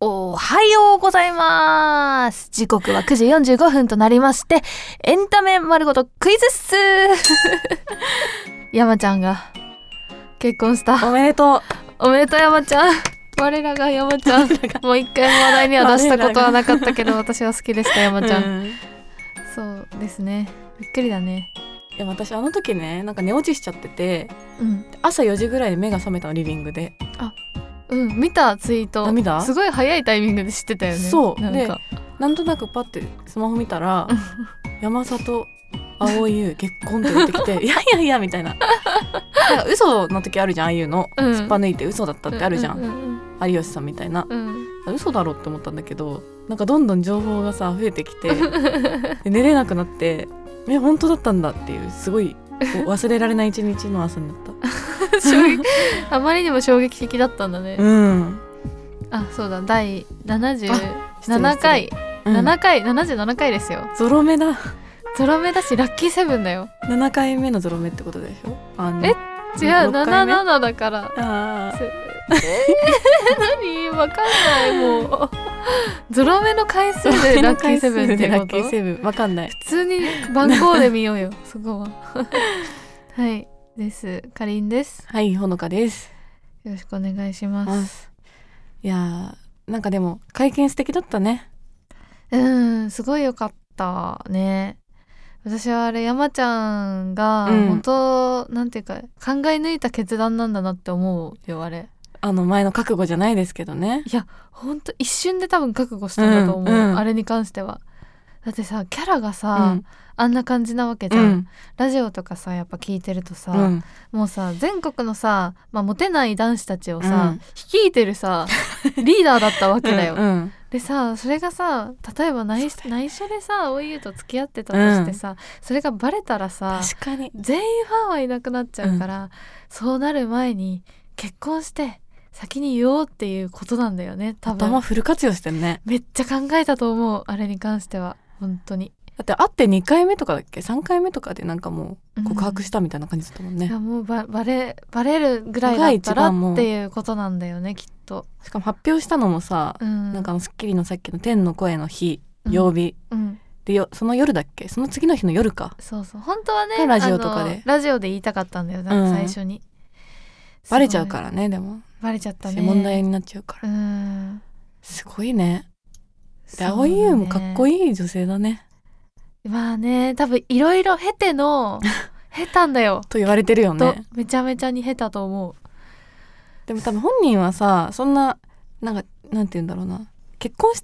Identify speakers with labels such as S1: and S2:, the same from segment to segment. S1: おはようございます。時刻は9時45分となりまして、エンタメ丸ごとクイズっす。 山ちゃんが結婚した。
S2: おめでとう。
S1: おめでとう山ちゃん。我らが山ちゃん。もう一回も話題には出したことはなかったけど、私は好きでした山ちゃん。
S2: うんい
S1: そうですね。びっくりだね。
S2: や私あの時ねなんか寝落ちしちゃってて
S1: うん。
S2: 朝4時ぐらいに目が覚めたのリビングで
S1: うん、見たツイート。
S2: あ見た
S1: すごい早いタイミングで知ってたよね。
S2: そう
S1: なんか。
S2: なんとなくパッてスマホ見た ら山里蒼井優結婚って言って きていやいやいやみたいななんか嘘の時あるじゃんああいうの、
S1: うん
S2: 突っぱ抜いて嘘だったってあるじゃん、
S1: うんうん
S2: 有吉さんみたいな
S1: うんうん。
S2: 嘘だろって思ったんだけどなんかどんどん情報がさ増えて きてで寝れなくなってえ本当だったんだっていうすごいこう忘れられない一日の朝になっ
S1: 衝撃あまりにも衝撃的だったんだね
S2: た、うん
S1: あそうだ第77
S2: 失礼
S1: 回、
S2: うん
S1: 7回77回ですよ
S2: ゾロ目だ
S1: ゾロ目だしラッキーセブンだよ
S2: 7回目のゾロ目ってことでしょあの
S1: え違う
S2: 六回目
S1: 77だから
S2: あ
S1: せえー、何わかんないもう ゾロ目の回数
S2: ー
S1: でラッキーセブンって
S2: ラ
S1: こ
S2: ッキ
S1: と
S2: ーセブンわかんない
S1: 普通に番号で見よう よそこははいですかりんです
S2: はいほのかです
S1: よろしくお願いします
S2: いやーなんかでも会見素敵だったね
S1: うん、すごい良かったね。私はあれ山ちゃんが
S2: うん
S1: 本当、なんていうか考え抜いた決断なんだなって思うよあれ
S2: あの前の覚悟じゃないですけどね
S1: 本当一瞬で多分覚悟したんだと思う、
S2: うんうん
S1: あれに関してはだってさキャラがさ、
S2: うん
S1: あんな感じなわけじ
S2: う
S1: ゃん、
S2: ん
S1: ラジオとかさやっぱ聞いてるとさ、
S2: うん
S1: もうさ全国のさ、まあ、モテない男子たちをさ、
S2: うん
S1: 率いてるさリーダーだったわけだよ、
S2: うん
S1: でさそれがさ例えば内
S2: そうだ
S1: 内緒でさおゆと付き合ってたとしてさ、それがバレたらさ
S2: 確かに
S1: 全員ファンはいなくなっちゃうから、そうなる前に結婚して先に言おうっていうことなんだよね多
S2: 頭
S1: 分
S2: フル活用してるね
S1: めっちゃ考えたと思うあれに関しては本当に
S2: だって会って2回目とかだっけ3回目とかでなんかも
S1: う
S2: うん告白したみたいな感じだったもん
S1: い
S2: ね、
S1: やもうババレバレるぐらいだったら
S2: それが一番もう
S1: っていうことなんだよねきっと、
S2: しかも発表したのもさ、
S1: うん、
S2: なんかあの『スッキリ』のさっきの「天の声の日」
S1: うん
S2: 曜日、
S1: うん
S2: でよその夜だっけその次の日の夜か
S1: そうそう本当はね
S2: ラジオとかで
S1: あのラジオで言いたかったんだよだ
S2: うん
S1: 最初に、
S2: バレちゃうかららねでも、
S1: バレちゃったね
S2: 問題になっちゃうから、
S1: うん
S2: すごいねで
S1: そう
S2: 蒼井優もかっこ
S1: い
S2: いい女性だね
S1: いまあね多分いろいろ経て の経たんだよ
S2: と言われてるよ
S1: と
S2: ね
S1: めちゃめちゃに経たと思う
S2: でも多分本人はさそんななんかなんて言うんだろうな結婚し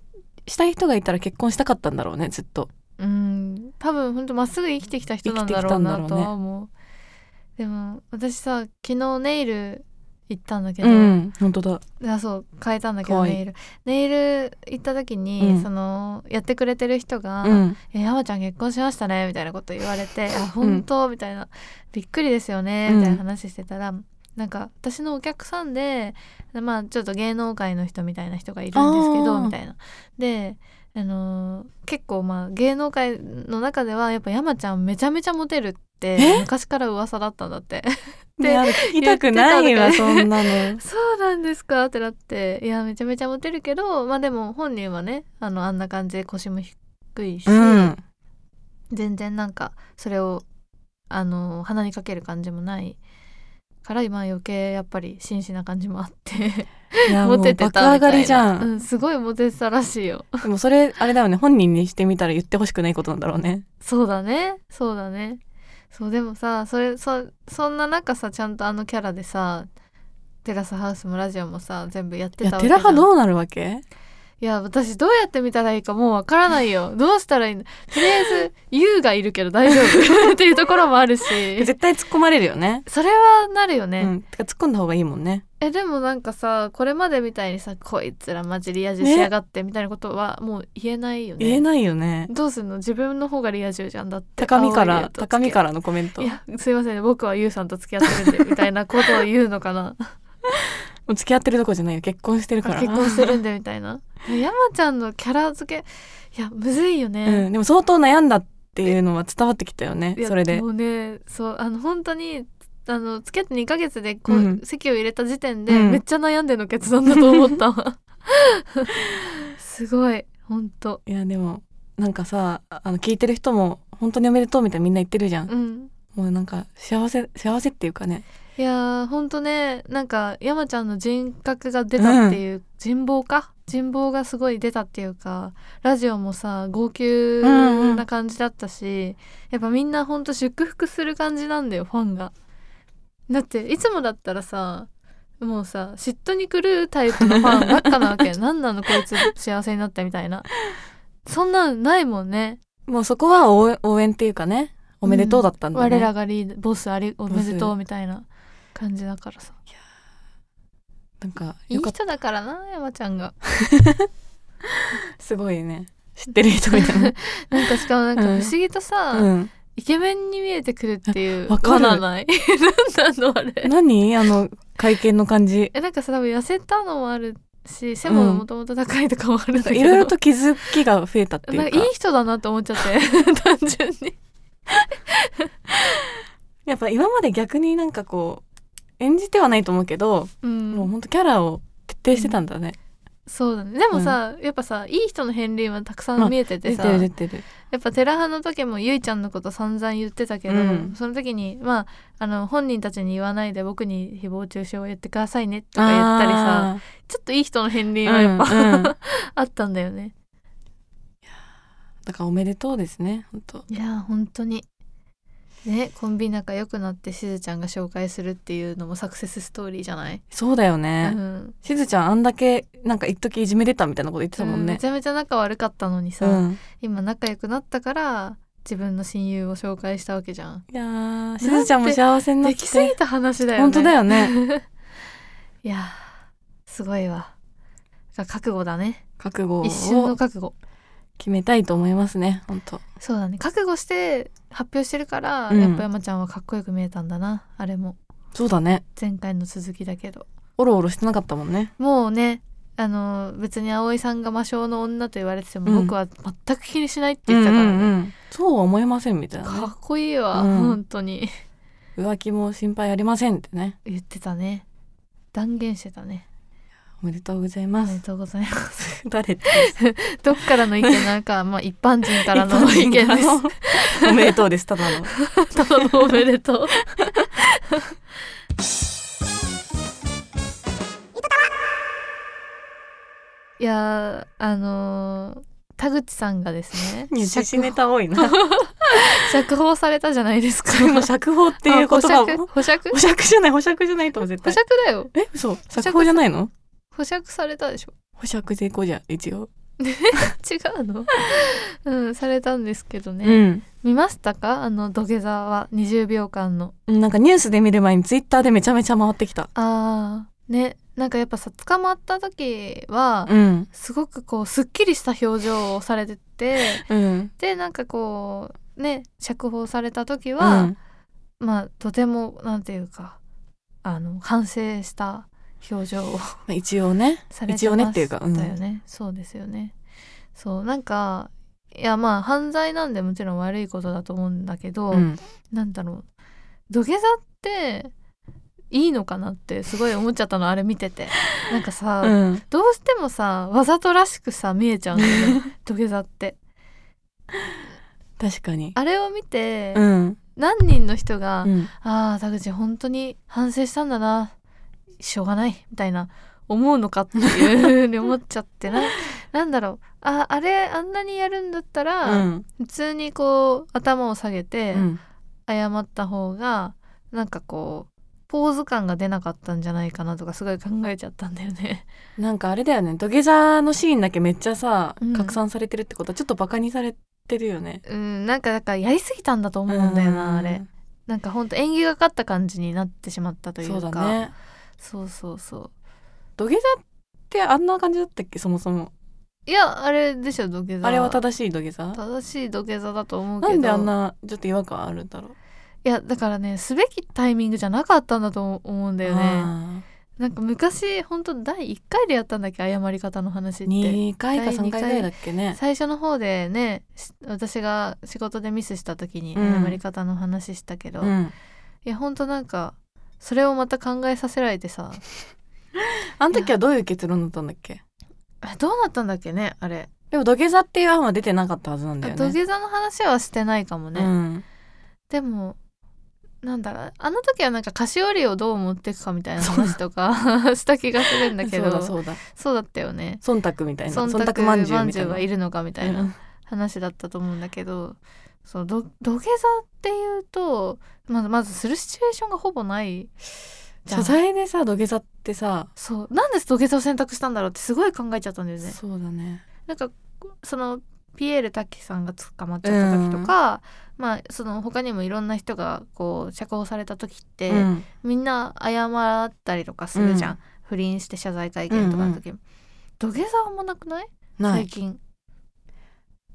S2: したい人がいたら結婚したかったんだろうねずっと
S1: うん多分ほんとまっすぐ生きてきた人なんだろうなとは思うでも私さ昨日ネイル行ったんだけど、
S2: うん本当だ
S1: あそう変えたんだけ
S2: か
S1: ど
S2: わいい
S1: ネイルネイル行った時に、
S2: うん
S1: そのやってくれてる人が、
S2: うん
S1: え山ちゃん結婚しましたね」みたいなこと言われ て「あ本当?」みたいな「びっくりですよね」
S2: うん
S1: みたいな話してたら、なんか私のお客さんで、まあ、ちょっと芸能界の人みたいな人がいるんですけ
S2: あ
S1: ど
S2: ー
S1: みたいな。であのー結構まあ芸能界の中ではやっぱ山ちゃんめちゃめちゃモテるって
S2: え
S1: 昔から噂だったんだ って。で
S2: で聞きたくない
S1: 言
S2: わ
S1: ってた
S2: そ
S1: んだけ
S2: んな の
S1: そうなんですかってなっていやめちゃめちゃモテるけどまあでも本人はねあのあんな感じで腰も低いし、
S2: うん
S1: 全然なんかそれをあの鼻にかける感じもないから今余計やっぱり真摯な感じもあって
S2: いやも
S1: モ
S2: う
S1: テてたみ
S2: 爆
S1: たいな
S2: 上がりじゃ、
S1: うんん、すごいモテてたらしいよ
S2: でもそれあれだよね本人にしてみたら言ってほしくないことなんだろうね
S1: そうだねそうだねそうでもさそれそそんな中さちゃんとあのキャラでさテラスハウスもラジオもさ全部やって
S2: い
S1: た
S2: や
S1: わけ
S2: テ
S1: じゃ
S2: ラ
S1: ん
S2: 派どうなるわけ
S1: いや私どうやって見たらいいかもうわからないよどうしたらいいのとりあえず「優がいるけど大丈夫」 っていうところもある し
S2: 絶対突っ込まれるよね
S1: それはなるよね、
S2: うんてか突っ込んだ方がいいもんね
S1: えでもなんかさこれまでみたいにさこいつら混じり味しやがってみたいなことはもう言えないよね
S2: 言えないよね
S1: どうすんの自分の方がリア充じゃんだって
S2: 高見か
S1: 青い
S2: ら
S1: やつと付き合
S2: 高見からのコメント
S1: い
S2: も
S1: やすいませんね僕はゆうさんと付き合ってるんでみたいなことを言うのか な
S2: う付き合ってるとこじゃないよ結婚してるから
S1: 結婚してるんでみたい な山ちゃんのキャラ付けいやむずいよ
S2: う
S1: ね、
S2: んでも相当悩んだっていうのは伝わってきたよね
S1: いや
S2: それで
S1: もうねそうあの本当にあの付き合って2ヶ月でこう、
S2: うん
S1: 席を入れた時点で、
S2: うん
S1: めっちゃ悩んでの決断だと思ったわすごい本当
S2: いやでもなんかさあの聞いてる人も本当におめでとうみたいなみんな言ってるじゃん、
S1: うん
S2: もうなんか幸せ幸せっていうかね
S1: いやーほんとねなんか山ちゃんの人格が出たっていう、人望か人望がすごい出たっていうかラジオもさ号泣な感じだったし、やっぱみんなほんと祝福する感じなんだよファンが。だっていつもだったらさもうさ嫉妬に狂うタイプのファンばっかなわ けなんなのこいつ幸せになったみたいなそんなんないもんね
S2: もうそこは応援応援っていうかねおめでとうだったんだね、
S1: 我らがリーダーボスありおめでとうみたいな感じだからさ
S2: なんか
S1: いい
S2: よかっ
S1: 人だからな山ちゃんが
S2: たすごいね知ってる人みたい な
S1: なんかしかもなんか
S2: うん
S1: 不思議とさ、
S2: うん
S1: イケメンに見えてくるっていう
S2: わかる
S1: 罠ない なんなのあれ
S2: 何あの会見の感じ
S1: えなんかさ多分痩せたのもあるし背ももともと高いとかもあるんだけど、
S2: いろいろと気づきが増えたっていう
S1: な
S2: か
S1: んかいい人だなって思っちゃって 単純に
S2: やっぱ今まで逆になんかこう演じてはないと思うけど、
S1: うん
S2: もうほんとキャラを徹底してたんだね、
S1: そうだねでもさ、やっぱさいい人の片鱗はたくさ
S2: まあ
S1: ん見えてて
S2: 出
S1: さ、
S2: てる出てる
S1: やっぱテラハの時もゆいちゃんのこと散々言ってたけど、
S2: うん
S1: その時にまああの本人たちに言わないで僕に誹謗中傷を言ってくださいねとか言ったりさ
S2: あー
S1: ちょっといい人の片鱗はやっぱ、
S2: うんうん
S1: あったんだよね。
S2: だからおめでとうですね本当
S1: いやー本当に。ねコンビ仲良くなってしずちゃんが紹介するっていうのもサクセスストーリーじゃない、
S2: そうだよ
S1: う
S2: ね、
S1: ん、
S2: しずちゃんあんだけなんか一時いじめ出たみたいなこと言ってたもん
S1: め
S2: ね
S1: ち、ゃめちゃ仲悪かったのに
S2: う
S1: さ、
S2: ん
S1: 今仲良くなったから自分の親友を紹介したわけじゃん。
S2: いやーしずちゃんも幸せになっ
S1: で
S2: て
S1: きすぎた話だよね。
S2: 本当だよね
S1: いやーすごいわ。だから覚悟だね。
S2: 覚悟
S1: 一瞬の
S2: を
S1: 覚悟。
S2: 決めたいと思いますね本当
S1: そうだね覚悟して発表してるから、
S2: うん
S1: やっぱ山ちゃんはかっこよく見えたんだなあれも
S2: そうだね
S1: 前回の続きだけど
S2: おろおろしてなかったもんね
S1: もうねあの別に葵さんが魔性の女と言われてても、
S2: うん
S1: 僕は全く気にしないって言ってたからね、
S2: うんうんうんそうは思えませんみたいなね、
S1: かっこいいわ、
S2: うん
S1: 本当に
S2: 浮気も心配ありませんってね
S1: 言ってたね断言してたね
S2: おめでとうござい
S1: あ
S2: ま
S1: り
S2: す
S1: がとうございます
S2: 誰って
S1: どっからの意見なんかまあ一般人からの意見
S2: 一般
S1: で
S2: 人
S1: す
S2: からの おめでとうですただの
S1: ただのおめでとう。 いやーあのー田口さんがですね
S2: 自信
S1: 釈
S2: ネタ多いな
S1: 釈放されたじゃないですか。
S2: 今釈放っていう言葉
S1: あ
S2: を
S1: 保釈保釈
S2: 保釈じゃない 保釈じゃないと思う絶
S1: 保
S2: 対
S1: 釈だよ。
S2: え嘘釈放じゃないの
S1: 保釈されたでしょ。
S2: 保釈成功じゃん一応
S1: 違う のうん、されたんですけどね。
S2: うん
S1: 見ましたかあの土下座は20秒間の。
S2: なんかニュースで見る前にツイッターでめちゃめちゃ回ってきた
S1: あー、ね。なんかやっぱさ、捕まった時は、
S2: うん
S1: すごくこうすっきりした表情をされて て
S2: うん
S1: でなんかこうね釈放された時
S2: う
S1: は、
S2: ん
S1: まあとてもなんていうかあの反省した表情を
S2: まあ一応ね
S1: されてました
S2: 一応ねっていうかうん
S1: だよねそうですよねそうなんかいやまあ犯罪なんでもちろん悪いことだと思うんだけど、
S2: うん
S1: なんだろう土下座っていいのかなってすごい思っちゃったのあれ見て てなんかさ、
S2: うん
S1: どうしてもさわざとらしくさ見えちゃうんだよね 土下座って
S2: 確かに
S1: あれを見て、
S2: うん
S1: 何人の人が「
S2: うん
S1: ああ田口本当に反省したんだなしょうがない」みたいな思うのかっていうふうに思っちゃってな なんだろうああれあんなにやるんだった
S2: う
S1: ら、
S2: ん
S1: 普通にこう頭を下げて
S2: うん
S1: 謝った方がなんかこうポーズ感が出なかったんじゃないかなとかすごい考えちゃったんだよね。
S2: なんかあれだよね土下座のシーンだけめっちゃさ、
S1: うん
S2: 拡散されてるってことはちょっとバカにされてるよね。
S1: うんなんかだからやりすぎたんだと思うんだよ
S2: うん
S1: なあれ。なんかほんと演技がかった感じになってしまったという
S2: そ
S1: か
S2: うだね
S1: そうそうそう
S2: 土下座ってあんな感じだったっけそもそも
S1: いやあれでしょ土下座
S2: あれは正しい土下座
S1: 正しい土下座だと思うけ
S2: な
S1: ど
S2: んであんなちょっと違和感あるんだろう
S1: いやだからねすべきタイミングじゃなかったんだと思うんだよね
S2: あ
S1: なんか昔ほんと第1回でやったんだっけ謝り方の話
S2: ー
S1: って
S2: 2回か3回ぐらいだっけね
S1: 最初の方でねし私が仕事でミスした時に
S2: うん
S1: 謝り方の話したけど、
S2: うん
S1: いやほんとなんかそれをまた考えさせられてさ
S2: あの時はどういう結論だったんだっけ
S1: えどうなったんだっけねあれ
S2: でも土下座っていう案は出てなかったはずなんだよね
S1: 土下座の話はしてないかもね、
S2: うん
S1: でもなんだろうあの時はなんか菓子折りをどう持っていくかみたいな話とか した気がするんだけど
S2: そうだそうだ
S1: そうだったよね
S2: 忖度みたいな
S1: 忖
S2: 忖
S1: 度
S2: 度
S1: ま
S2: ま
S1: ん
S2: ん
S1: じ
S2: じ
S1: ゅ
S2: ゅ
S1: う
S2: うみたいない
S1: るのかみたいな話だったと思うんだけどそうど土下座っていうとまずまずするシチュエーションがほぼないじゃ
S2: 謝
S1: ん
S2: 罪でさ土下座ってさ、
S1: そうなんで土下座を選択したんだろうってすごい考えちゃったんだよね
S2: そうだね
S1: なんかそのピエール瀧さんが捕まっちゃった時とか、まあその他にもいろんな人がこう釈放された時って、
S2: うん
S1: みんな謝ったりとかするじゃん、
S2: うん
S1: 不倫して謝罪会見とかの時、土下座はもうなくない
S2: な
S1: 最
S2: い
S1: 近、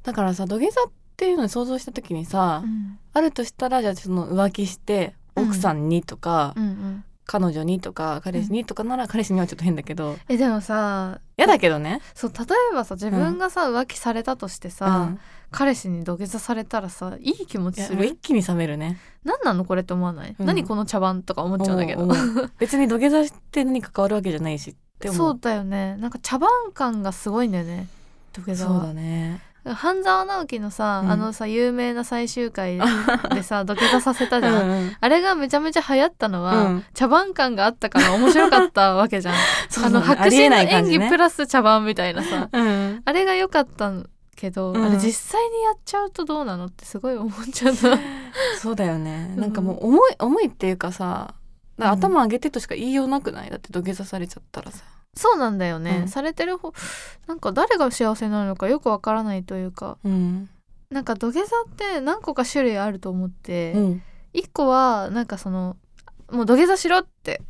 S2: だからさ土下座っていうのを想像した時にさ、
S1: うん
S2: あるとしたらじゃあその浮気して
S1: うん
S2: 奥さんにとか、
S1: うんうん
S2: 彼女にとか彼氏にとかなら彼氏にはちょっと変だけど
S1: えでもさ
S2: 嫌だけどね
S1: そう例えばさ自分がさ、浮気されたとしてさ、
S2: あ、
S1: 彼氏に土下座されたらさいい気持
S2: い
S1: ち
S2: や
S1: す
S2: もう一
S1: る
S2: 気に冷めるね
S1: 何なのこれって思わない、
S2: うん
S1: 何この茶番とか思っちゃうんだけど
S2: 思う思う別に土下座して何か変わるわけじゃないしって思
S1: そううだよねなんか茶番感がすごいんだよね土下座
S2: そう
S1: は
S2: だね
S1: 半沢直樹のさ、
S2: うん
S1: あのさ有名な最終回で さ土下座させたじゃん、
S2: うんうん
S1: あれがめちゃめちゃ流行ったのは、
S2: うん
S1: 茶番感があったから面白かったわけじゃん
S2: そう
S1: あの
S2: そう
S1: 白紙の演技
S2: ありえない感じ
S1: プ
S2: ね
S1: ラス茶番みたいなさ、
S2: うん
S1: あれが良かったけど、
S2: うん
S1: あれ実際にやっちゃうとどうなのってすごい思っちゃった。
S2: そうだよね
S1: うん
S2: なんかもう重い重いっていうかさだから
S1: うん
S2: 頭上げてとしか言いようなくないだって土下座されちゃったらさ
S1: そうなんだよね、
S2: うん
S1: されてる方なんか誰が幸せなのかよくわからないというか
S2: うん
S1: なんか土下座って何個か種類あると思って、
S2: うん
S1: 1個はなんかそのもう土下座しろって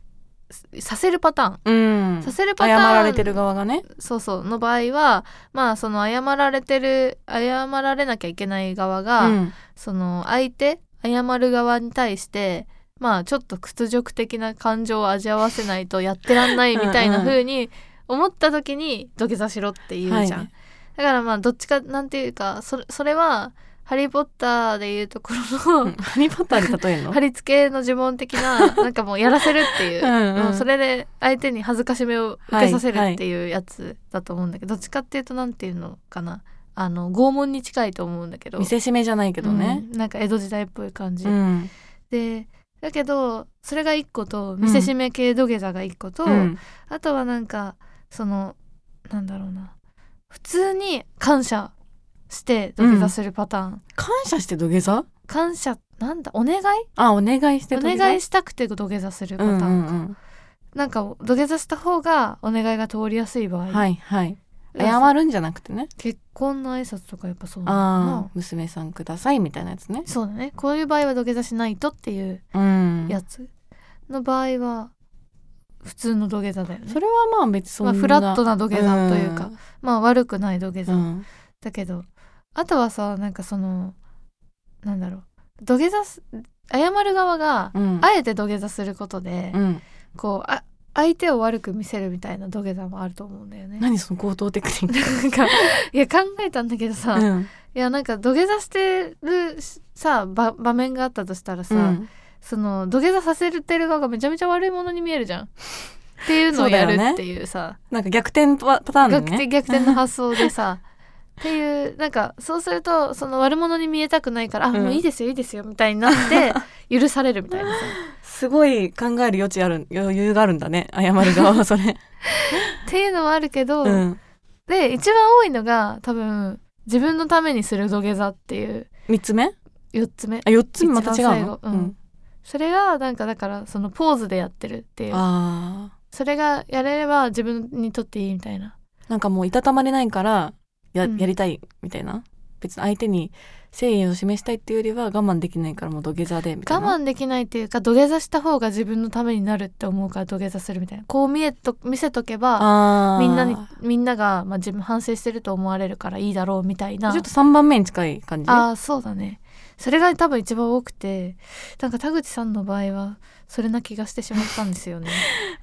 S1: させるパターン、
S2: うん
S1: させるパター
S2: 謝
S1: ン
S2: られてる側がね
S1: そうそうの場合はまあその謝られてる謝られなきゃいけない側が、
S2: うん
S1: その相手謝る側に対してまあちょっと屈辱的な感情を味わわせないとやってらんないみた いな風に思った時に土下座しろって言うじゃん、
S2: はい
S1: だからまあどっちかなんていうかそれそれは「ハリー・ポッター」でいうところ
S2: うん
S1: の
S2: ハリーポッターで例えるの
S1: 貼り付けの呪文的ななんかもうやらせるっていう
S2: うんうん
S1: もうそれで相手に恥ずかしめを受けさせるっていうやつだと思うんだけど、どっちかっていうとなんていうのかなあの拷問に近いと思うんだけど
S2: 見せしめじゃないけどね
S1: うんなんか江戸時代っぽい感じ、
S2: うん
S1: でだけどそれが一個と見せしめ系土下座が一個と、
S2: うん
S1: あとはなんかそのなんだろうな普通に感謝して土下座するパターン、
S2: 感謝して土下座
S1: 感謝なんだお願い
S2: あお願いして
S1: お
S2: 土下座
S1: 願いしたくて土下座するパ
S2: う
S1: ターン
S2: んう
S1: か、
S2: んうん
S1: なんか土下座した方がお願いが通りやすい場合、
S2: はいはい謝るんじゃなくてね
S1: 結婚の挨拶とかやっぱそうなの
S2: ああ
S1: か
S2: 娘さんくださいみたいなやつね
S1: なそうだねこういう場合は土下座しないとっていう
S2: うん
S1: やつの場合は普通の土下座だよね
S2: それはまあ別にそん
S1: まあ、
S2: な
S1: フラットな土下座というか、
S2: ん
S1: まあ悪くない土下座、
S2: うん
S1: だけどあとはさなんかそのなんだろう土下座す謝る側が
S2: うん
S1: あえて土下座することで、
S2: うん
S1: こうあ相手を悪く見せるみたいな土下座もあると思うんだよね。
S2: 何その高等テクニッ
S1: なんか いや考えたんだけどさ、
S2: ク
S1: い
S2: うん
S1: やなんか土下座してるしさば場面があったとしたらさ、
S2: うん
S1: その土下座させてる側がめちゃめちゃ悪いものに見えるじゃん。っていうのをやるっていうさ
S2: なんか逆転パパターン
S1: 逆
S2: ね
S1: 転逆転の発想でさっていうなんかそうするとその悪者に見えたくないから、あ
S2: うん
S1: もういいですよいいですよみたいにな って許されるみたいなさ
S2: すごい考える余地ある余裕があるんだね謝る側は それ
S1: っていうのはあるけど、
S2: うん
S1: で一番多いのが多分自分のためにする土下座っていう
S2: 三つ目
S1: 4つ目
S2: あ四つ目また違
S1: 一番最
S2: う
S1: 後
S2: の
S1: うんそれがなんかだからそのポーズでやってるっていう
S2: ああ
S1: それがやれれば自分にとっていいみたいな
S2: なんかもういたたまれないからや,、
S1: うん
S2: やりたいみたいな別に相手に誠意を示したいっていうよりは我慢できないからもう土下座でみたいな
S1: 我慢できないっていうか土下座した方が自分のためになるって思うから土下座するみたいなこう見えと見せとけば
S2: あー
S1: みんなにみんなが、まあ、自分反省してると思われるからいいだろうみたいな
S2: ちょっと3番目に近い感じ
S1: ああそうだねそれが多分一番多くてなんか田口さんの場合はそれな気がしてしまったんですよ ね、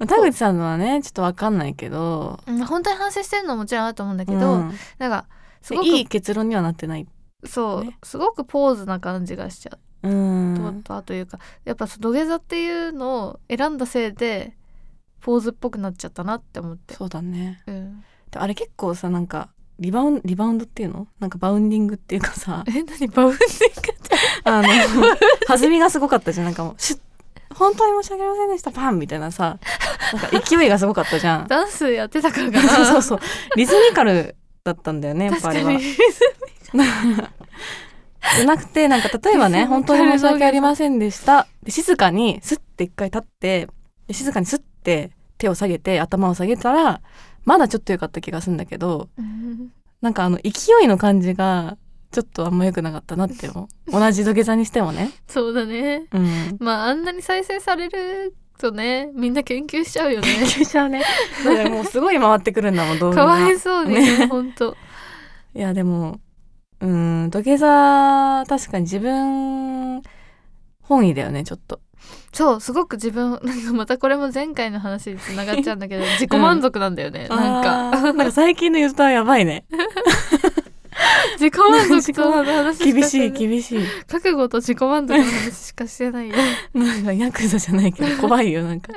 S2: 田口さんのはねちょっとわかんないけど
S1: うん、本当に反省してるのはもちろんあると思うんだけど、
S2: うん
S1: なんかすごく
S2: いい結論にはなってない
S1: そう、
S2: ね
S1: すごくポーズな感じがしちゃ
S2: う
S1: っ
S2: ん
S1: たというか、やっぱその土下座っていうのを選んだせいでポーズっぽくなっちゃったなって思って、
S2: そうだね
S1: うん、
S2: でもあれ結構さなんかリバウンリバウンドっていうのなんかバウンディングっていうかさ
S1: え何バウンディングって
S2: あの弾みがすごかったじゃんなんかもうシュッ本当に申し訳ありませんでしたパンみたいなさなんか勢いがすごかったじゃん
S1: ダンスやってたからか
S2: そう
S1: な
S2: そうそうリズミカルだったんだよねやっ
S1: 確
S2: ぱあ
S1: か
S2: れは
S1: に
S2: じゃなくてなんか例えばね
S1: リズミ
S2: 本
S1: カ
S2: 当
S1: ル
S2: に申し訳ありませんでしたで静かにスッて一回立ってで静かにスッて手を下げて頭を下げたらまだちょっと良かった気がするんだけど
S1: うん
S2: なんかあの勢いの感じがちょっとあんま良くなかったなって思う同じ土下座にしてもね、
S1: そうだね
S2: うん、
S1: まああんなに再生されるとねみんな研究しちゃうよね
S2: しちゃうねだからもうすごい回ってくるんだもん動
S1: か
S2: 画
S1: わ
S2: が
S1: い
S2: い
S1: そうにねほんと
S2: やでもうーん土下座確かに自分本位だよねちょっと
S1: そうすごく自分なんかまたこれも前回の話につながっちゃうんだけど自己満足なんだよね、なんか
S2: あーなんか最近の言うとはやばいね
S1: 自己満足との話しか
S2: 厳しい
S1: してない
S2: 厳しい
S1: 覚悟と自己満足の話しかしてないよ、
S2: なんかヤクザじゃないけど怖いよなんか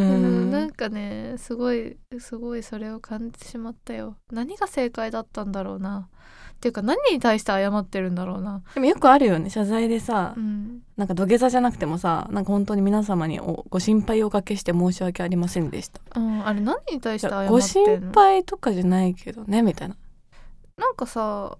S1: うん、
S2: ん
S1: なんかねすごいすごいそれを感じてしまったよ何が正解だったんだろうなっていうか何に対して謝ってるんだろうな、
S2: でもよくあるよね謝罪でさ
S1: うん、
S2: なんか土下座じゃなくてもさなんか本当に皆様におご心配をおかけして申し訳ありませんでした
S1: うんあれ何に対して謝ってんの
S2: ご心配とかじゃないけどねみたいな
S1: なんかさ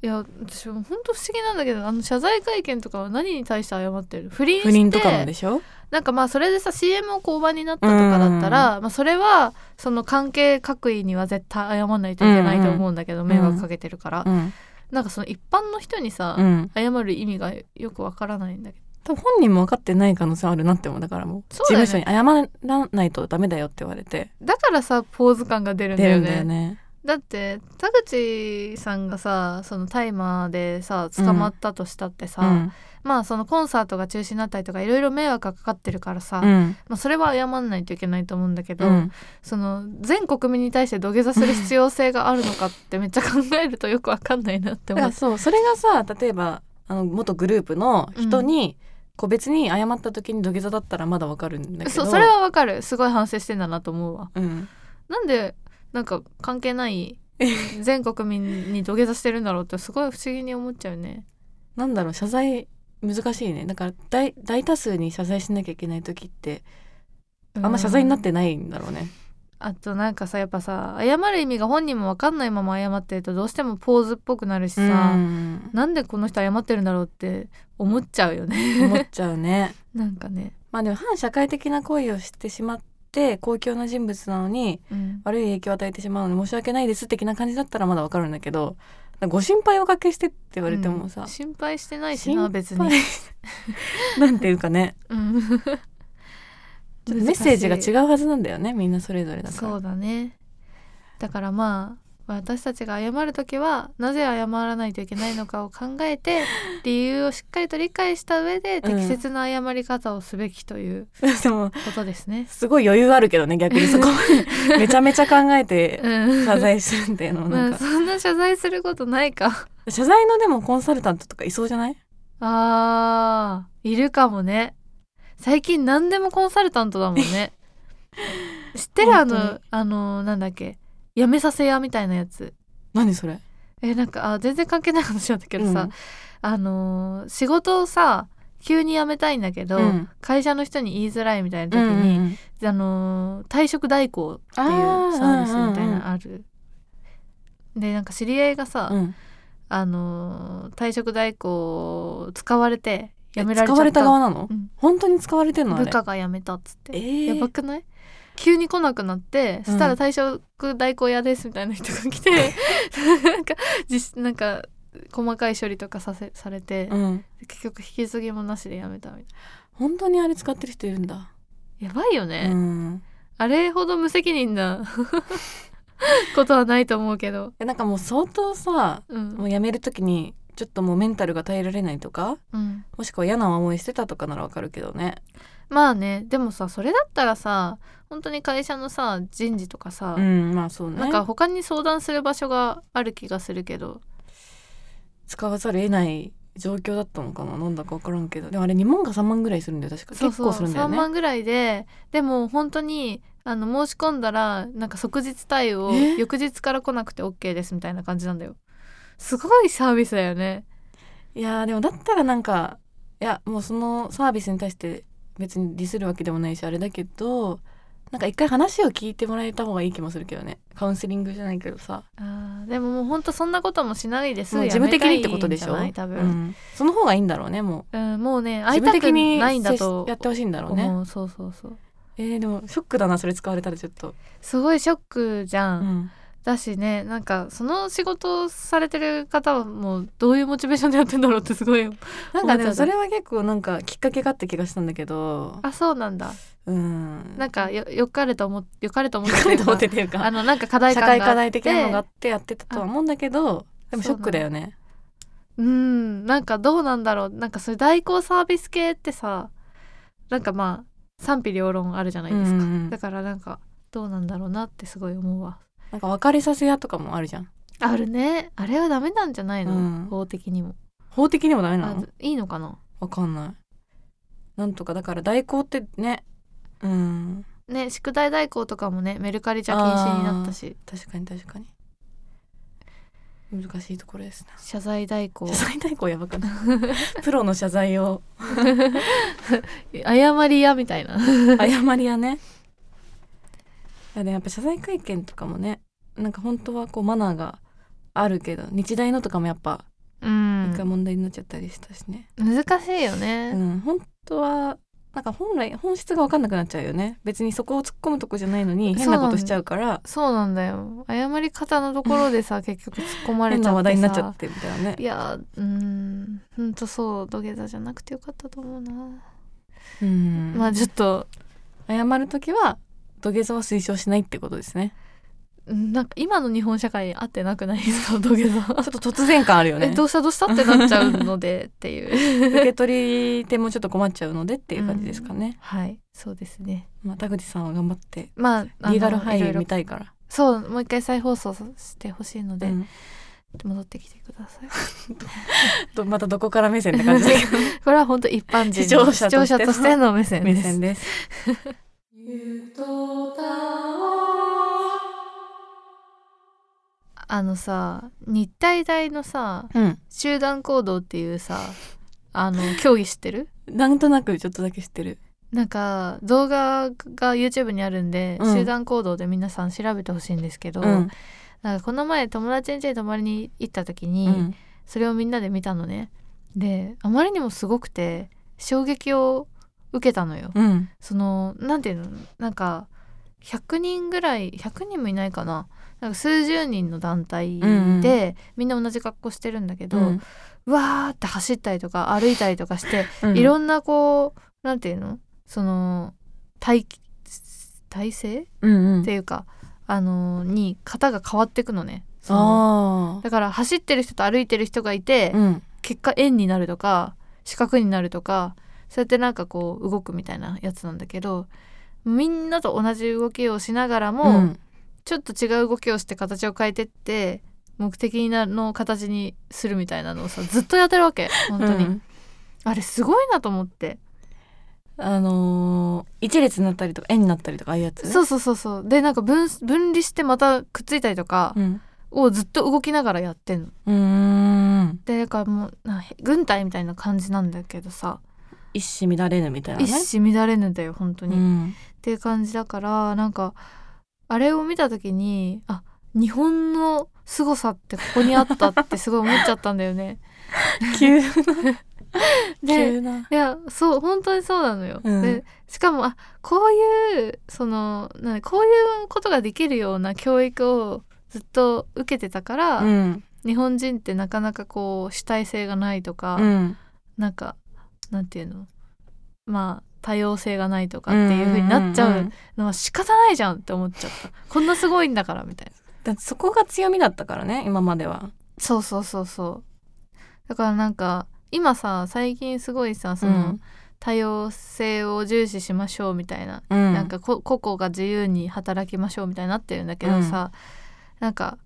S1: いや私も本当不思議なんだけどあの謝罪会見とかは何に対して謝ってる不倫して
S2: 不倫とかもでしょ
S1: なんかまあそれでさ CM を交番になったとかだったら、まあ、それはその関係各位には絶対謝らないといけないと思うんだけど、
S2: んうん
S1: 迷惑かけてるから、
S2: うん、
S1: なんかその一般の人にさ、
S2: うん、
S1: 謝る意味がよくわからないんだけど
S2: 多分本人も分かってない可能性あるなって思うだからもう
S1: そうだよね
S2: 事務所に謝らないとダメだよって言われて
S1: だからさポーズ感が出るんだ
S2: 出る
S1: よ
S2: んだ
S1: ね
S2: よね
S1: だって田口さんがさそのタイマーでさ捕まったとしたってさ、
S2: うん
S1: まあそのコンサートが中止になったりとかいろいろ迷惑がかかってるからさ、
S2: うん
S1: まあ、それは謝らないといけないと思うんだけど、
S2: うん
S1: その全国民に対して土下座する必要性があるのかってめっちゃ考えるとよくわかんないなって
S2: だか
S1: 思
S2: ら
S1: って
S2: そうそれがさ例えばあの元グループの人に、個別に謝った時に土下座だったらまだわかるんだけど
S1: そうそれはわかるすごい反省してんだなと思うわ
S2: うん
S1: なんでなんか関係 ない
S2: え
S1: 全国民に土下座してるんだろうってすごい不思議に思っちゃうね
S2: なんだろう謝罪難しいねだから大大多数に謝罪しなきゃいけない時ってあんま謝罪になってないんだろうね、
S1: あとなんかさやっぱさ謝る意味が本人もわかんないまま謝ってるとどうしてもポーズっぽくなるしさ、
S2: うん
S1: なんでこの人謝ってるんだろうって思っちゃうよね
S2: 思っちゃうね
S1: なんかね、
S2: まあでも反社会的な行為をしてしまって公共な人物なのに
S1: うん
S2: 悪い影響を与えてしまうのに申し訳ないです的な感じだったらまだわかるんだけどご心配おかけしてって言われてもさ、
S1: うん心配してないしな別に
S2: 心配 なんていう かね
S1: うん
S2: ちょっとメッセージが
S1: う
S2: 違うはずなんだよねみんなそれぞれだから
S1: そうだねだからまあ私たちが謝る時はなぜ謝らないといけないのかを考えて 理由をしっかりと理解した上で適切な謝り方をすべきという
S2: でも
S1: ことですね。
S2: すごい余裕あるけどね逆に そこまでめちゃめちゃ考えて
S1: うん
S2: 謝罪するっていうのもな
S1: ま
S2: ん
S1: あ
S2: か、
S1: そんな謝罪することないか。
S2: 謝罪のでもコンサルタントとかいそうじゃない
S1: あーいるかもね。最近何でもコンサルタントだもんね。 知ってるあ
S2: 本当
S1: の
S2: に
S1: あのなんだっけ辞めさせ屋みたいなやつ。
S2: 何それ
S1: えなんかあ全然関係ない話なんだけどさ、
S2: うん
S1: あのー仕事をさ急に辞めたいんだけど、
S2: うん
S1: 会社の人に言いづらいみたいな
S2: 時
S1: 時に、
S2: に
S1: あのー退職代行っていうサ
S2: あー
S1: ービスみたいなのある。でなんか知り合いがさ、
S2: うん
S1: あのー退職代行を使われて辞められちゃ
S2: 使
S1: った
S2: われた側なの
S1: うん
S2: 本当に使われてんのあ
S1: 部
S2: れ
S1: 下が辞めたっつって、
S2: えー
S1: やばくない急に来なくなってそしたら退職代行屋ですみたいな人が 来て、なんか実なんか細かい処理とかさせされて、
S2: うん
S1: 結局引き継ぎもなしで辞めたみたい
S2: 本当にあれ使ってる人いるんだ
S1: なやばいよね、
S2: うん
S1: あれほど無責任な ことはないと思うけど、
S2: えなんかもう相当さ
S1: うん
S2: もう辞める時にちょっともうメンタルが耐えられないとか
S1: うん
S2: もしくは嫌な思いしてたとかならわかるけどね
S1: まあねでもさそれだったらさ本当に会社のさ人事とかさ、
S2: うんまあそうね
S1: なんか他に相談する場所がある気がするけど
S2: 使わざるを得ない状況だったのかななんだか分からんけどでもあれ2万か3万ぐらいするんだよ確か
S1: そう
S2: 結
S1: そう
S2: 構するんだよ
S1: 3
S2: ね
S1: 万ぐらいででも本当にあの申し込んだらなんか即日対応
S2: え
S1: 翌日から来なくて OK ですみたいな感じなんだよすごいサービスだよね
S2: いやーでもだったらなんかいやもうそのサービスに対して別にディスるわけでもないしあれだけどなんか一回話を聞いてもらえた方がいい気もするけどねカウンセリングじゃないけどさ
S1: あーでももうほんとそんなこともしないです
S2: もう
S1: ぐ
S2: 自
S1: や
S2: 分
S1: め
S2: 的
S1: た
S2: にっ
S1: いん
S2: て
S1: じ
S2: ことでし
S1: ゃ
S2: ょ、
S1: な
S2: う
S1: い多分、
S2: ん、その方がいいんだろうねも
S1: うん、もうね
S2: う
S1: 会
S2: 自
S1: いた
S2: 分
S1: く
S2: 的に
S1: ないんだ
S2: 接し
S1: と
S2: やってほしいんだろうね
S1: 思うそうそうそう
S2: えー、でもショックだなそれ使われたらちょっと、
S1: すごいショックじゃ、
S2: うんん、
S1: だしねなんかその仕事をされてる方はもうどういうモチベーションでやってんだろうってすごい
S2: なんかで
S1: 思っちゃ
S2: も
S1: う
S2: それは結構なんかきっかけがあった気がしたんだけど
S1: あそうなんだ
S2: うん
S1: なんかよよかれと思ってよかれと思って
S2: 彼と思っ
S1: という
S2: てっていう
S1: かあ
S2: か
S1: のなんか課題
S2: 社
S1: 感があって
S2: 会課題的なのがあってやってたとは思うんだけどでもショックだよね
S1: うんなんかどうなんだろうなんかそういう代行サービス系ってさなんかまあ賛否両論あるじゃないですか、
S2: うんうん
S1: だからなんかどうなんだろうなってすごい思うわ
S2: なんか別れさせ屋とかもあるじゃん
S1: あるねあれはダメなんじゃないの、
S2: うん
S1: 法的にも
S2: 法的にもダメな
S1: あ
S2: の
S1: いいのかな
S2: わかんないなんとかだから代行ってねうん
S1: ね宿題代行とかもねメルカリじゃ禁止になったし
S2: 確かに確かに難しいところですね
S1: 謝罪代行
S2: 謝罪代行やばくないプロの謝罪を
S1: 謝り屋みたい な
S2: 謝りやねいやでもやっぱ謝罪会見とかもねなんか本当はこうマナーがあるけど日大のとかもやっぱ
S1: うん
S2: 一回問題になっちゃったりしたしね、
S1: 難しいよ
S2: う
S1: ね、
S2: ん本当はなんか本来本質が分かんなくなっちゃうよね別にそこを突っ込むとこじゃないのに変なことしちゃうから
S1: そうなんだよ謝り方のところ でさ結局突っ込まれ
S2: 変
S1: ちゃってさ
S2: な話題になっちゃってみたいなね
S1: いやうーんほんとそう土下座じゃなくてよかったと思うな、
S2: うん
S1: まあちょっと
S2: 謝る時は土下座は推奨しないってことですね
S1: うんなんか今の日本社会に合ってなくないですか土下座
S2: ちょっと突然感あるよ
S1: え
S2: ね
S1: どうしたどうしたってなっちゃうの でっていう
S2: 受け取り手もちょっと困っちゃうのでっていう感じですかね、
S1: はいそうですね
S2: まあ、田口さんは頑張って
S1: まああの
S2: リーガルハ
S1: いろい
S2: イ
S1: ろ
S2: 見たいから
S1: そうもう一回再放送してほしいので、
S2: うん
S1: 戻ってきてください
S2: とまたどこから目線って感じだけど
S1: これは本当一般人の
S2: 視
S1: 視聴
S2: 聴者としての
S1: 者としての 目線
S2: 目
S1: です
S2: 線です
S1: あのさ日体大のさ
S2: うん
S1: 集団行動っていうさあの競技知ってる
S2: なんとなくちょっとだけ知ってる
S1: なんか動画が YouTube にあるんで、
S2: うん
S1: 集団行動で皆さん調べてほしいんですけど、
S2: うん
S1: なんかこの前友達ん家に泊まりに行った時に、
S2: うん
S1: それをみんなで見たのねであまりにもすごくて衝撃を受けたのよ、
S2: うん
S1: そのなんていうのなんか100人ぐらい100人もいないかななんか数十人の団体で、
S2: うん
S1: みんな同じ格好してるんだけど、
S2: う
S1: うんわーって走ったりとか歩いたりとかして
S2: うん
S1: いろんなこうなんていうのその体体勢っ
S2: うんうん
S1: ていうか、あのに型が変わってくのね。その
S2: あ
S1: だから走ってる人と歩いてる人がいて、
S2: あうん
S1: 結果円になるとか四角になるとかそうやってなんかこう動くみたいなやつなんだけどみんなと同じ動きをしながらも、
S2: うん
S1: ちょっと違う動きをして形を変えてって目的の形にするみたいなのをさずっとやってるわけ本当に、
S2: うん
S1: あれすごいなと思って
S2: あのー一列になったりとか円になったりとかああいうやつ
S1: そうそうそうそうでなんか分分離してまたくっついたりとか
S2: うん
S1: をずっと動きながらやってんの
S2: うーん
S1: でだからもうな軍隊みたいな感じなんだけどさ
S2: 一糸乱れぬみたいなね
S1: 一糸乱れぬだよ本当に、
S2: うん
S1: っていう感じだからなんかあれを見た時にあ日本の凄さってここにあったってすごい思っちゃったんだよ ね。
S2: 急な
S1: で
S2: 急ない
S1: やそう本当にそうなのよ。
S2: うん
S1: でしかもあこういうそのなんこういうことができるような教育をずっと受けてたから、
S2: うん
S1: 日本人ってなかなかこう主体性がないとか、
S2: うん
S1: なんかなんていうのまあ多様性がないとかっていう風になっちゃう。
S2: んんん
S1: のは仕方ないじゃんって思っちゃったこんなすごいんだからみたいな
S2: だってそこが強みだったからね今までは
S1: そうそうそうそうだからなんか今さ最近すごいさその、多様性を重視しましょうみたいな、
S2: うん
S1: なんかこ個々が自由に働きましょうみたいになってるんだけどさ、なんか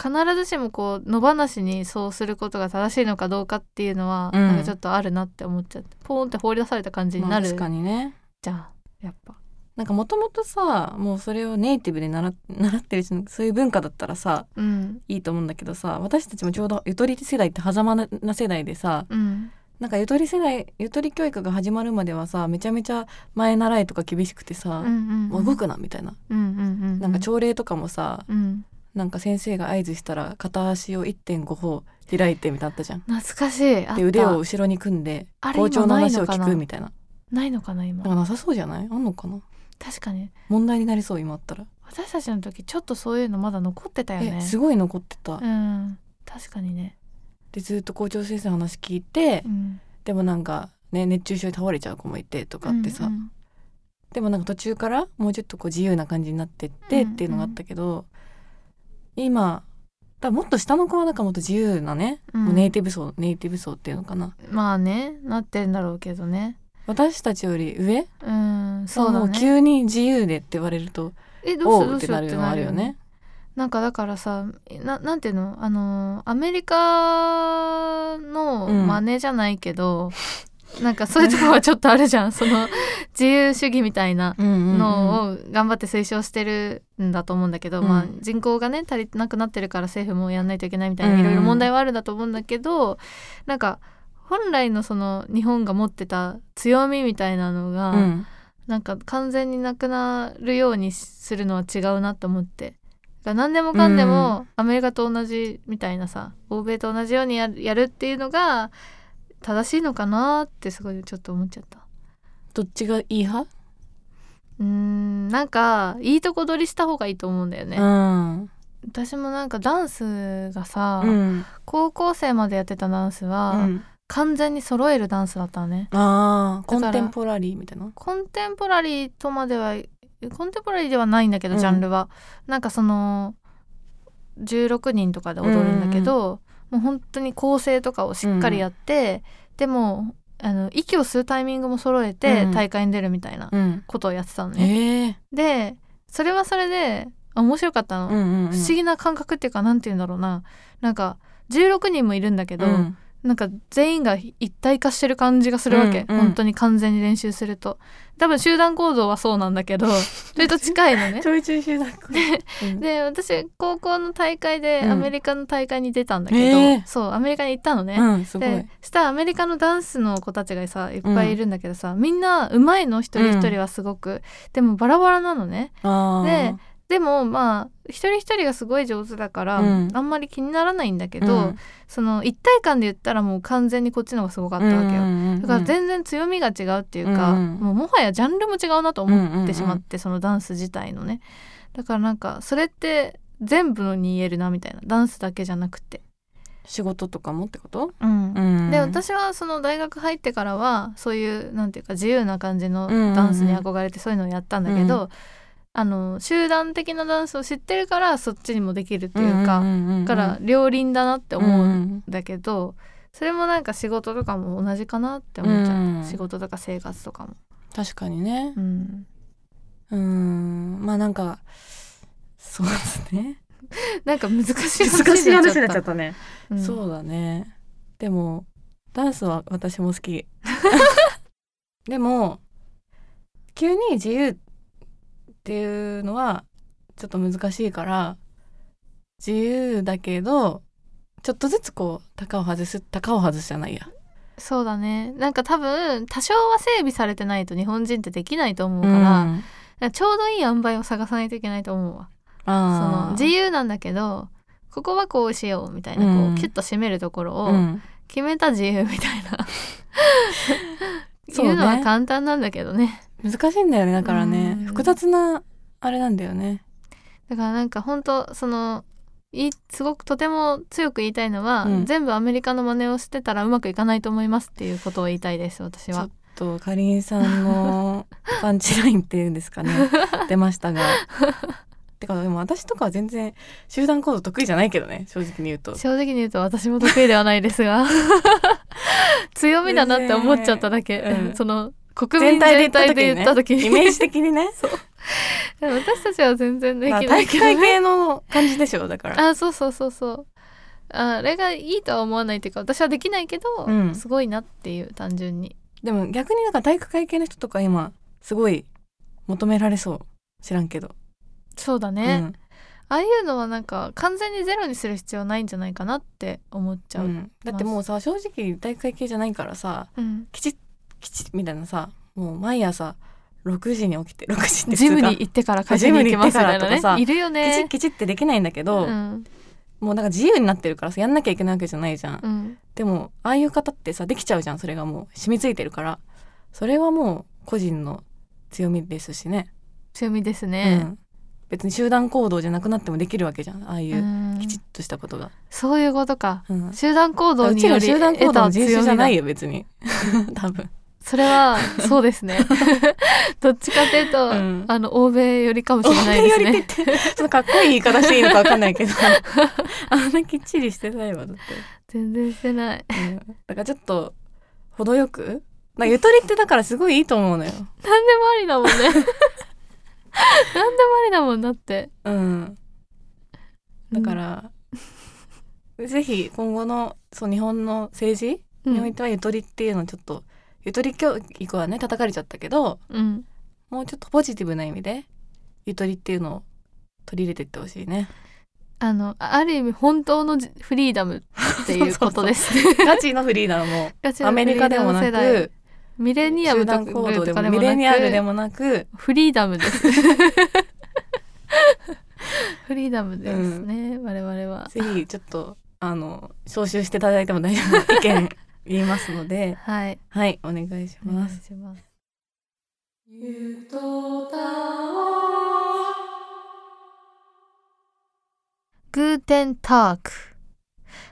S1: 必ずしもこう野放しにそうすることが正しいのかどうかっていうのは、
S2: うん
S1: なんかちょっとあるなって思っちゃってポーンって放り出された感じに
S2: ま
S1: な
S2: あ
S1: る
S2: 確かにね
S1: じゃんやっぱ
S2: なんかもともとさもうそれをネイティブで習っ 習ってる人のそういう文化だったらさ
S1: うん
S2: いいと思うんだけどさ私たちもちょうどゆとり世代って狭間な世代でさ
S1: うん
S2: なんかゆとり世代ゆとり教育が始まるまではさめちゃめちゃ前習いとか厳しくて
S1: う
S2: さ
S1: んう、ん
S2: もう動くなみたいな
S1: うんうんうん
S2: なんか朝礼とかもさ
S1: うん
S2: なんか先生が合図したら片足を1.5歩開いてみたいなのあったじゃん。
S1: 懐かしいあった
S2: で腕を後ろに組んで
S1: あれ
S2: 校長の話を
S1: 今ないのか
S2: 聞
S1: な
S2: くみたいな。
S1: ないのかな
S2: でも
S1: 今
S2: なさそうじゃないあんのかな
S1: 確かに
S2: 問題になりそう今あったら。
S1: 私たちの時ちょっとそういうのまだ残ってたよ
S2: え
S1: ね
S2: すごい残ってた。
S1: うん確かにね
S2: でずっと校長先生の話聞いて
S1: うん
S2: でもなんか、ね、熱中症で倒れちゃう子もいてとかってさ、
S1: うんうん
S2: でもなんか途中からもうちょっとこう自由な感じになってってっていうのがあったけど、今だからもっと下の子はなんかもっと自由なね、
S1: うん
S2: もうネイティブ層ネイティブ層っていうのかな
S1: まあねなってんだろうけどね
S2: 私たちより上
S1: うんそうだ
S2: もう
S1: ね
S2: 急に自由でって言われると
S1: えどう
S2: お
S1: する
S2: う
S1: ど
S2: っ
S1: う
S2: て
S1: する
S2: なる
S1: って
S2: のは
S1: な
S2: あ
S1: る
S2: る
S1: よ
S2: よ
S1: ね
S2: ね。
S1: なんかだからさななんていうのあのーアメリカの
S2: うん
S1: 真似じゃないけど、なんかそういうところはちょっとあるじゃんその自由主義みたいな
S2: うんうんうん
S1: のを頑張って推奨してるんだと思うんだけど、
S2: うん
S1: まあ、人口がね足りなくなってるから政府もやんないといけないみたい
S2: うん
S1: ないろいろ問題はあるんだと思うんだけど、なんか本来のその日本が持ってた強みみたいなのが、
S2: うん
S1: なんか完全になくなるようにするのは違うなと思って。だから何でもかんでもアメリカと同じみたいなさ、欧米と同じようにやるやるっていうのが正しいのかなってすごいちょっと思っちゃった。
S2: どっちがいい派、
S1: うーんなんかいいとこ取りした方がいいと思うんだよね。
S2: うん
S1: 私もなんかダンスがさ、
S2: うん
S1: 高校生までやってたダンスは、
S2: うん
S1: 完全に揃えるダンスだったのね。
S2: ああコ
S1: だから
S2: ンテンポラリーみたいな
S1: コンテンポラリーとまではコンテンポラリーではないんだけど
S2: うん
S1: ジャンルは、なんかその16人とかで踊るんだけど、もう本当に構成とかをしっかりやって、でもあの息を吸うタイミングも揃えて
S2: うん
S1: 大会に出るみたいな
S2: うん
S1: ことをやってたのね。
S2: ええ
S1: でそれはそれであ面白かったの、
S2: うんうんうん、
S1: 不思議な感覚っていうかなんて言うんだろうななんか16人もいるんだけど、
S2: うん
S1: なんか全員が一体化してる感じがするわけ、
S2: うんうん
S1: 本当に完全に練習すると多分集団行動はそうなんだけど それと近いのね
S2: ちょいちょい集団行動う ん
S1: で私高校の大会で
S2: うん
S1: アメリカの大会に出たんだけど、
S2: えー
S1: そうアメリカに行ったのね、
S2: うん、すごい。
S1: でしたらアメリカのダンスの子たちがさいっぱいいるんだけどさ、みんなうまいの一人一人はすごく、でもバラバラなのね
S2: あー
S1: でもまあ一人一人がすごい上手だから、
S2: うん
S1: あんまり気にならないんだけ
S2: う
S1: ど、
S2: ん
S1: その一体感で言ったらもう完全にこっちの方がすごかったわけよ。
S2: うんうんうん
S1: だから全然強みが違うっていうか、
S2: うんうん
S1: もうもはやジャンルも違うなと
S2: うんうん
S1: 思
S2: う
S1: っ
S2: ん
S1: てしまって、そのダンス自体のねだからなんかそれって全部に言えるなみたいなダンスだけじゃなくて、
S2: 仕事とかもってこと、
S1: うん
S2: うん
S1: で私はその大学入ってからはそういうなんていうか自由な感じのダンスに憧れてそういうのをやったんだけど、
S2: うんう
S1: あの集団的なダンスを知ってるからそっちにもできるっていうか、
S2: んんんん
S1: だから両輪だなって思う
S2: うんん
S1: だけどそれもなんか仕事とかも同じかなって思っちゃった、
S2: うん
S1: 仕事とか生活とかも。
S2: 確かにね
S1: う。ん、
S2: うん、まあなんか、そうです ね。
S1: なんか難しいゃっ
S2: ったね。
S1: た。うん
S2: そうだね。でも、ダンスは私も好き。 でも、急に自由っていうのはちょっと難しいから、自由だけど、ちょっとずつこう、高を外す、高を外すじゃないや。
S1: そうだねなんか多分多少は整備されてないと日本人ってできないと思うから,、
S2: うん
S1: ちょうどいい塩梅を探さないといけないと思うわ。そ
S2: あ
S1: の
S2: ー
S1: 自由なんだけどここはこうしようみたいな、
S2: うん
S1: こうキュッと締めるところ
S2: う
S1: を
S2: ん
S1: 決めた自由みたいな、
S2: そうね
S1: いうのは簡単なんだけどね。
S2: 難しいんだよねだからね
S1: うん
S2: 複雑なあれなんだよね
S1: だからなんか本当そのいすごくとても強く言いたいのは、
S2: うん
S1: 全部アメリカの真似をしてたらうまくいかないと思いますっていうことを言いたいです私
S2: ちょ
S1: は
S2: っ。とかりんさ んのパンチラインっていうんですかね出ましたがてかでも私とかは全然集団行動得意じゃないけどね正直に言うと
S1: 正直に言うと私も得意ではないです が強みだなって思っちゃっただけ、
S2: 全然うん
S1: その国民全体で言った時に
S2: イメージ的にね
S1: でも 私たちは全然でき
S2: ま
S1: な
S2: あ
S1: い
S2: 体
S1: け
S2: 育
S1: ど、
S2: 会
S1: ね、
S2: 系の感じでしょだから
S1: あそうそうそうそうあれがいいとは思わないっていうか私はできないけど、
S2: うん
S1: すごいなっていう単純に
S2: でも逆になんか体育会系の人とか今すごい求められそう知らんけど
S1: そうだね、ああいうのはなんか完全にゼロにする必要ないんじゃないかなって思っち
S2: うん
S1: ゃ
S2: う
S1: う、
S2: ん、だってもうさ正直大会系じゃないからさ
S1: うん
S2: きちっきちっみたいなさもう毎朝6時に起きて6時って
S1: ジムに
S2: 普通
S1: 行ってから会社に行きますみたい
S2: ジムに行ってからと
S1: な
S2: かさ
S1: ねいるよ
S2: かきち
S1: ね
S2: っきちってできないんだけど、
S1: うん
S2: もうなんか自由になってるからさやんなきゃいけないわけじゃないじゃん、
S1: うん
S2: でもああいう方ってさできちゃうじゃんそれがもう染みついてるからそれはもう個人の強みですしね、
S1: 強みです
S2: う
S1: ね、
S2: ん、別に集団行動じゃなくなってもできるわけじゃんああいううんきちっとしたことが、
S1: そういうことか
S2: うん
S1: 集団行動
S2: う
S1: に
S2: ち
S1: よ
S2: ら
S1: り
S2: 集団行
S1: 得
S2: 動の
S1: た
S2: 人
S1: 強
S2: 種
S1: み
S2: じゃ
S1: だ
S2: ないよ別に 多分
S1: それはそうです ねどっちかというと、
S2: うん
S1: あの欧米より かもしれないです
S2: 思ったよりっ
S1: ね
S2: て言ってちょっとかっこいい言い方していいのかわかんない けど あんなきっちりしてないわだって
S1: 全然してない
S2: うん だからちょっと程よくまあゆとりってだからすごいいいと思うのよ。
S1: 何でもありだもん ね何でもありだもんだって
S2: うん、だか、ら、ぜひ今後のそう日本の政治
S1: うん
S2: においてはゆとりっていうのをちょっとゆとり教育はね叩かれちゃったけど
S1: うん、
S2: もうちょっとポジティブな意味でゆとりっていうのを取り入れてってほしいね。
S1: あのあある意味本当のじフリーダムっていうことですね
S2: ガチのフリーダ ムも
S1: ガチの
S2: アメリカでもな
S1: フリーダム世代
S2: く
S1: ミレニアム
S2: 集
S1: とか
S2: 団
S1: で
S2: 行動で
S1: も
S2: も
S1: なく
S2: ミレニアルでもなく
S1: フリーダムですフリーダムですね、我々は
S2: ぜひちょっとあの招集していただいても大丈夫な意見言いますので
S1: はい
S2: はいお願いし
S1: お願
S2: ま
S1: い
S2: す。
S1: します
S2: ゆ
S1: グーテンターク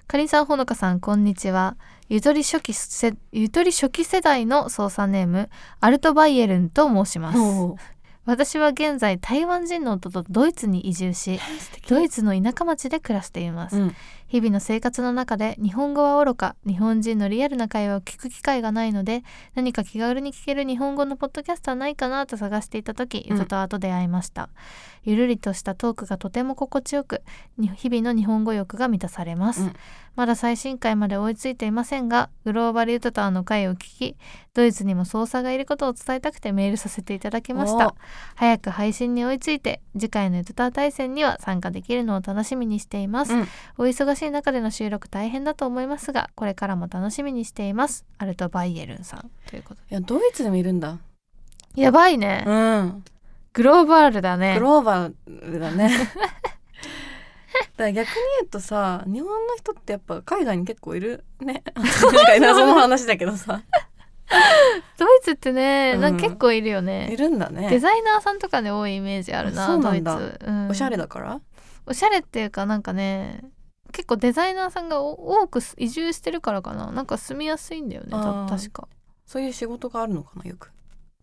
S1: かりんさんほのかさんこんにちはゆとり初期せゆとり初期世代の操作ネームアルトバイエルンと申します
S2: も
S1: 私は現在台湾人の夫とドイツに移住し
S2: う素敵
S1: ドイツの田舎町で暮らしています、
S2: うん
S1: 日々の生活の中で日本語はおろか日本人のリアルな会話を聞く機会がないので何か気軽に聞ける日本語のポッドキャストはないかなと探していた時
S2: うん
S1: ゆとたわと出会いました、ゆるりとしたトークがとても心地よくに日々の日本語欲が満たされます、
S2: うん
S1: まだ最新回まで追いついていませんがグローバルゆとたわの回を聞きドイツにも操作がいることを伝えたくてメールさせていただきました
S2: お
S1: 早く配信に追いついて次回のゆとたわ対戦には参加できるのを楽しみにしています、
S2: うん
S1: お忙しい中での収録大変だと思いますがこれからも楽しみにしていますアルト・バイエルンさんということ
S2: いやドイツでもいるんだ。
S1: でやばいね、
S2: うん。
S1: グローバルだね
S2: グローバルだ ね。だから逆に言うとさ日本の人ってやっぱ海外に結構いるね。なんか謎の話だけどさ
S1: ドイツってね、
S2: うん
S1: なんか結構いるよ
S2: い
S1: ね
S2: るんだ
S1: デ
S2: ね。
S1: ザイナーさんとかね多いイメージあるな
S2: そうなんだ
S1: ドイツ、うん
S2: おしゃれだから。
S1: おしゃれっていうかなんかね結構デザイナーさんがお多く移住してるからかななんか住みやすいんだよねた
S2: あー
S1: 確か
S2: そういう仕事があるのかなよく。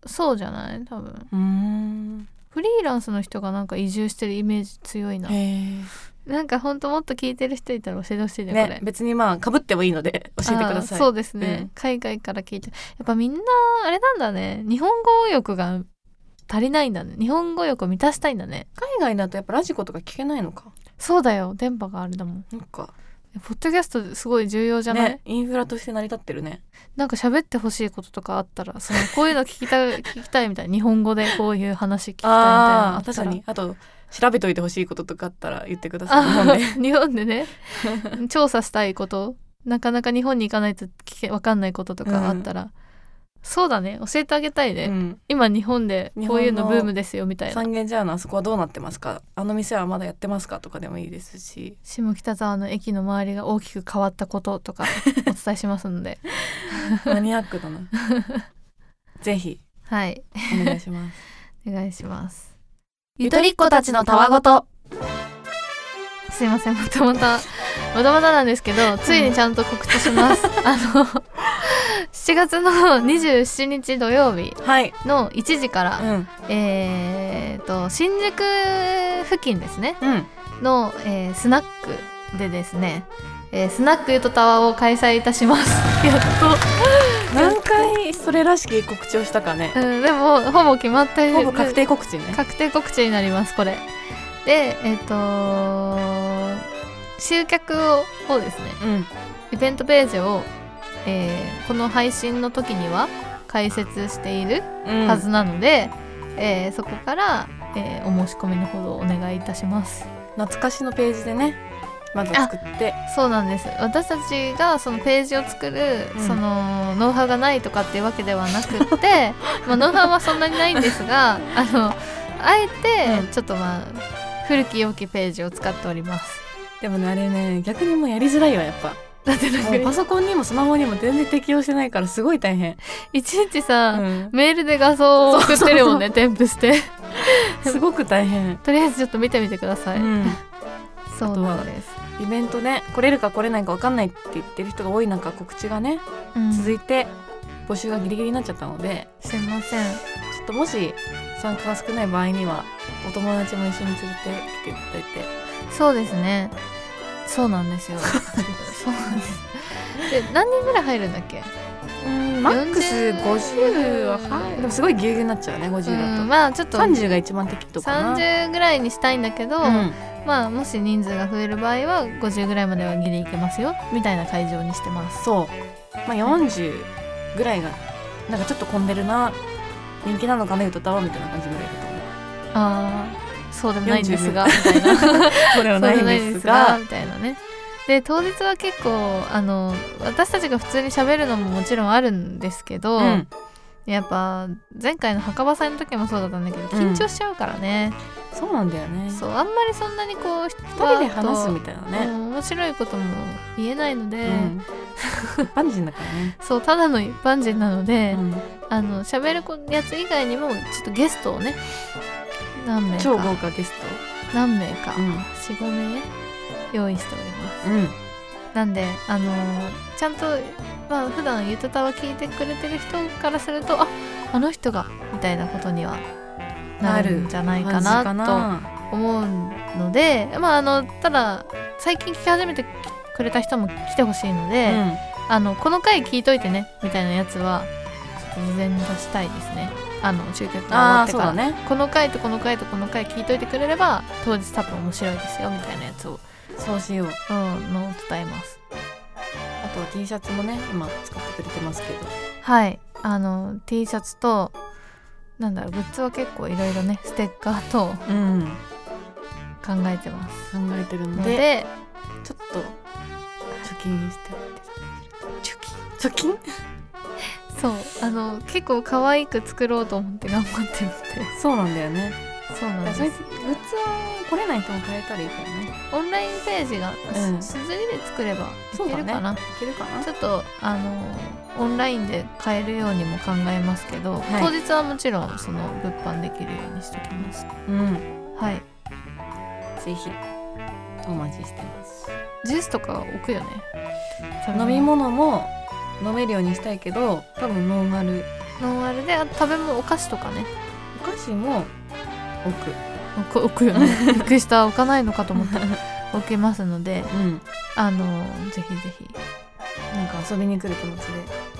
S1: そうじゃない多分
S2: うん。
S1: フリーランスの人がなんか移住してるイメージ強いな
S2: へえ。
S1: なんかほんともっと聞いてる人いたら教えてほしいねこれ
S2: ね別にまあかぶってもいいので教えてくだ
S1: あー
S2: さい。
S1: そうですね、
S2: うん
S1: 海外から聞いてやっぱみんなあれなんだね日本語欲が足りないんだね日本語欲を満たしたいんだね
S2: 海外だとやっぱラジコとか聞けないのか
S1: そうだよ電波があれだもん
S2: なんか
S1: ポッドキャストすごい重要じゃない、
S2: ねインフラとして成り立ってるね
S1: なんか喋ってほしいこととかあったらそのこういうの聞きた い聞きたいみたいな日本語でこういう話聞きたいみたいなのあ
S2: あ
S1: っ
S2: ー
S1: たら
S2: 確かにあと調べといてほしいこととかあったら言ってください日
S1: あ
S2: 本で
S1: ー日本でね調査したいことなかなか日本に行かないと聞けわかんないこととかあったら、そうだね教えてあげたいね、
S2: うん
S1: 今日本でこういうの
S2: 日本の
S1: ブームですよみたいな
S2: 三軒茶屋のあそこはどうなってますかあの店はまだやってますかとかでもいいです し
S1: 下北沢の駅の周りが大きく変わったこととかお伝えしますの で
S2: マニアックだなぜひ
S1: はい
S2: お願いします
S1: お願いします
S2: ゆとりっ子たちのたわごと
S1: すいませんまたまたまたまたなんですけどついにちゃんと告知します あの7月の27日土曜日
S2: はい
S1: の1時から、
S2: うん
S1: えー、と新宿付近ですね
S2: うん
S1: の、えースナックでですね、えースナックゆとたわを開催いたします やっ
S2: 何回それらしき告知をしたかね
S1: と、うん、でもほぼ決まった
S2: ほぼ確定告知ね
S1: 確定告知になりますこれでえっ、と集客ををですね
S2: うん
S1: イベントページを、えーこの配信の時には解説している
S2: うん
S1: はずなので、えーそこから、えーお申し込みのほどお願いいたします
S2: 懐かしのページでねまず作って
S1: そうなんです私たちがそのページを作る、
S2: うん
S1: そのノウハウがないとかっていうわけではなくって まあノウハウはそんなにないんですがあのあえ
S2: うん
S1: てちょっとまあ古き良きページを使っております
S2: でもねあれね逆にもうやりづらいわやっぱ
S1: だって
S2: も
S1: な
S2: う
S1: ん
S2: パ
S1: か
S2: ソコンにもスマホにも全然適用してないからすごい大変、
S1: 一日さ、
S2: うん
S1: メールで画像を送ってるもんね添付して
S2: すごく大変、
S1: とりあえずちょっと見てみてください、
S2: うん
S1: そうなんです、
S2: イベントね来れるか来れないか分かんないって言ってる人が多い中告知がね
S1: うん
S2: 続いて募集がギリギリになっちゃったのです
S1: いません
S2: ちょっともし参加が少ない場合にはお友達も一緒に連れてきていただいて
S1: そうですねそうなんですよ そうなんですで何人ぐらい入るんだっけ
S2: うんマックス50は
S1: う
S2: は
S1: ん
S2: いでもすごいぎゅうぎゅうになっちゃうね50だと、
S1: うん、まあちょっと
S2: 30が一番適当かな
S1: 30ぐらいにしたいんだけど、
S2: うん
S1: まあもし人数が増える場合は50ぐらいまではギリいけますよみたいな会場にしてます
S2: そうまあ40ぐらいがなんかちょっと混んでるな人気なのかね歌ったわみたいな感じぐらいだと思う
S1: ああそうでもないんですがみ
S2: 40
S1: たいな そう
S2: これ
S1: でも
S2: はないん
S1: ない
S2: で
S1: ですすが
S2: が
S1: みたいなねで当日は結構あの私たちが普通に喋るのももちろんあるんですけど、
S2: うん
S1: やっぱ前回の墓場祭の時もそうだったんだけど
S2: うん
S1: 緊張しちゃうからね、
S2: そうなんだよね
S1: そうあんまりそんなにこう人
S2: 二人で話すみたいな
S1: う
S2: ね、
S1: ん面白いことも言えないので、
S2: うん、一般人だからね、
S1: そうただの一般人なので、
S2: うん
S1: あの喋る子やつ以外にもちょっとゲストをね何名
S2: 超豪
S1: か
S2: 華ゲス
S1: 何名か
S2: ト、うん
S1: 45名用意しております
S2: うん、
S1: なんであのーちゃんとまあ普段ゆとたわ聞いてくれてる人からするとああの人がみたいなことにはなるんじゃないか
S2: 感じ
S1: なと思うのでまああのただ最近聞き始めてくれた人も来てほしいので、
S2: うん
S1: あのこの回聞いといてねみたいなやつはちょっと事前に出したいですねあの集客が終わ
S2: あ
S1: っ
S2: あ
S1: て
S2: そう
S1: から、
S2: だね
S1: この回とこの回とこの回聞いといてくれれば当日多分面白いですよみたいなやつを、
S2: そうしよう
S1: うん、のを伝えます
S2: あとは T シャツもね今作ってくれてますけど
S1: はいあの T シャツとなんだろうグッズは結構いろいろねステッカーと
S2: うん
S1: 考えてます
S2: 考えてるの
S1: の
S2: で
S1: で
S2: ちょっと貯金して
S1: チョキ
S2: 貯金
S1: そうあの結構可愛く作ろうと思って頑張ってるので
S2: そうなんだよね
S1: そうなん
S2: だから
S1: です
S2: それグッズは来れない人も買えたらいいからね
S1: オンラインページが、
S2: うん
S1: す綴りで作ればい
S2: そう
S1: け
S2: だ
S1: る
S2: ね
S1: かな、
S2: いけるかな
S1: ちょっとあのオンラインで買えるようにも考えますけど、
S2: はい
S1: 当日はもちろんその物販できるようにしておきます
S2: うん
S1: はい
S2: ぜひお待ちしてます
S1: ジュースとか置くよね
S2: 飲み物も飲めるようにしたいけど多分ノーマル
S1: ノンアルであと食べ物お菓子とかね
S2: お菓子も置く
S1: 置く置く よねびっくりした置かないのかと思った置けますので
S2: うん
S1: あのぜひぜひ
S2: なんか遊びに来る気持ちで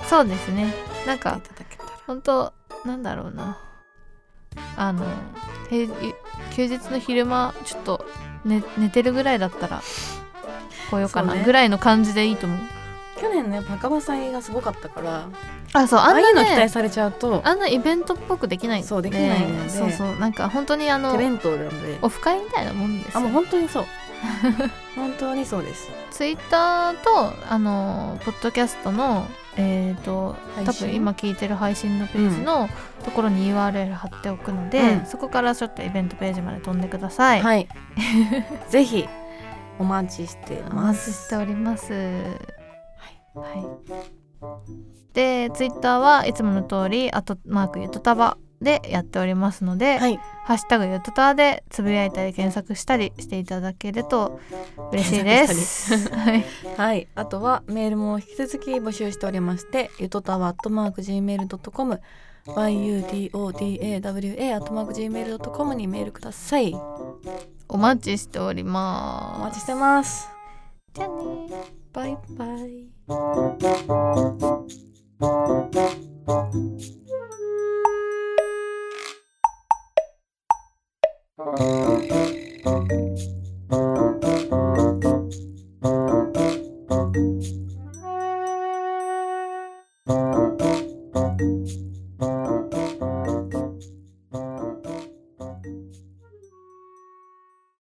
S1: そうですねなん
S2: 買
S1: か
S2: っていただけたら
S1: 本当なんだろうなあの平日休日の昼間ちょっと寝寝てるぐらいだったら来ようかな
S2: そうね
S1: ぐらいの感じでいいと思う
S2: 去年ね墓場祭がすごかったから
S1: あそう
S2: あ
S1: あ
S2: あ
S1: ん
S2: いうの期
S1: な
S2: 待
S1: ね
S2: されちゃうと
S1: あんなイベントっぽくできないん
S2: そうできないので
S1: そうそうなんか本当にあの
S2: 手弁当なんで
S1: オフ会みたいなもんです
S2: あ
S1: よ
S2: もう本当にそう 本当にそうです
S1: ツイッターとあのポッドキャストのえっ、と
S2: 配信
S1: 多分今聞いてる配信のページのところに URL 貼っておくので、
S2: うん
S1: そこからちょっとイベントページまで飛んでください。
S2: はいぜひお待ちして
S1: お
S2: ま
S1: 待ちし
S2: す
S1: ております。はい。で、ツイッターはいつもの通り、あとマークゆとたばでやっておりますので、
S2: はい
S1: ハッシュタグゆとたわでつぶやいたり検索したりしていただけると嬉しいです。 はい。
S2: はい、あとはメールも引き続き募集しておりましてゆとたわ at mark gmail.com yutotawa at mark gmail.com にメールくださいお
S1: お待ちしております。
S2: 待ちしてます
S1: じゃあね
S2: バイバイ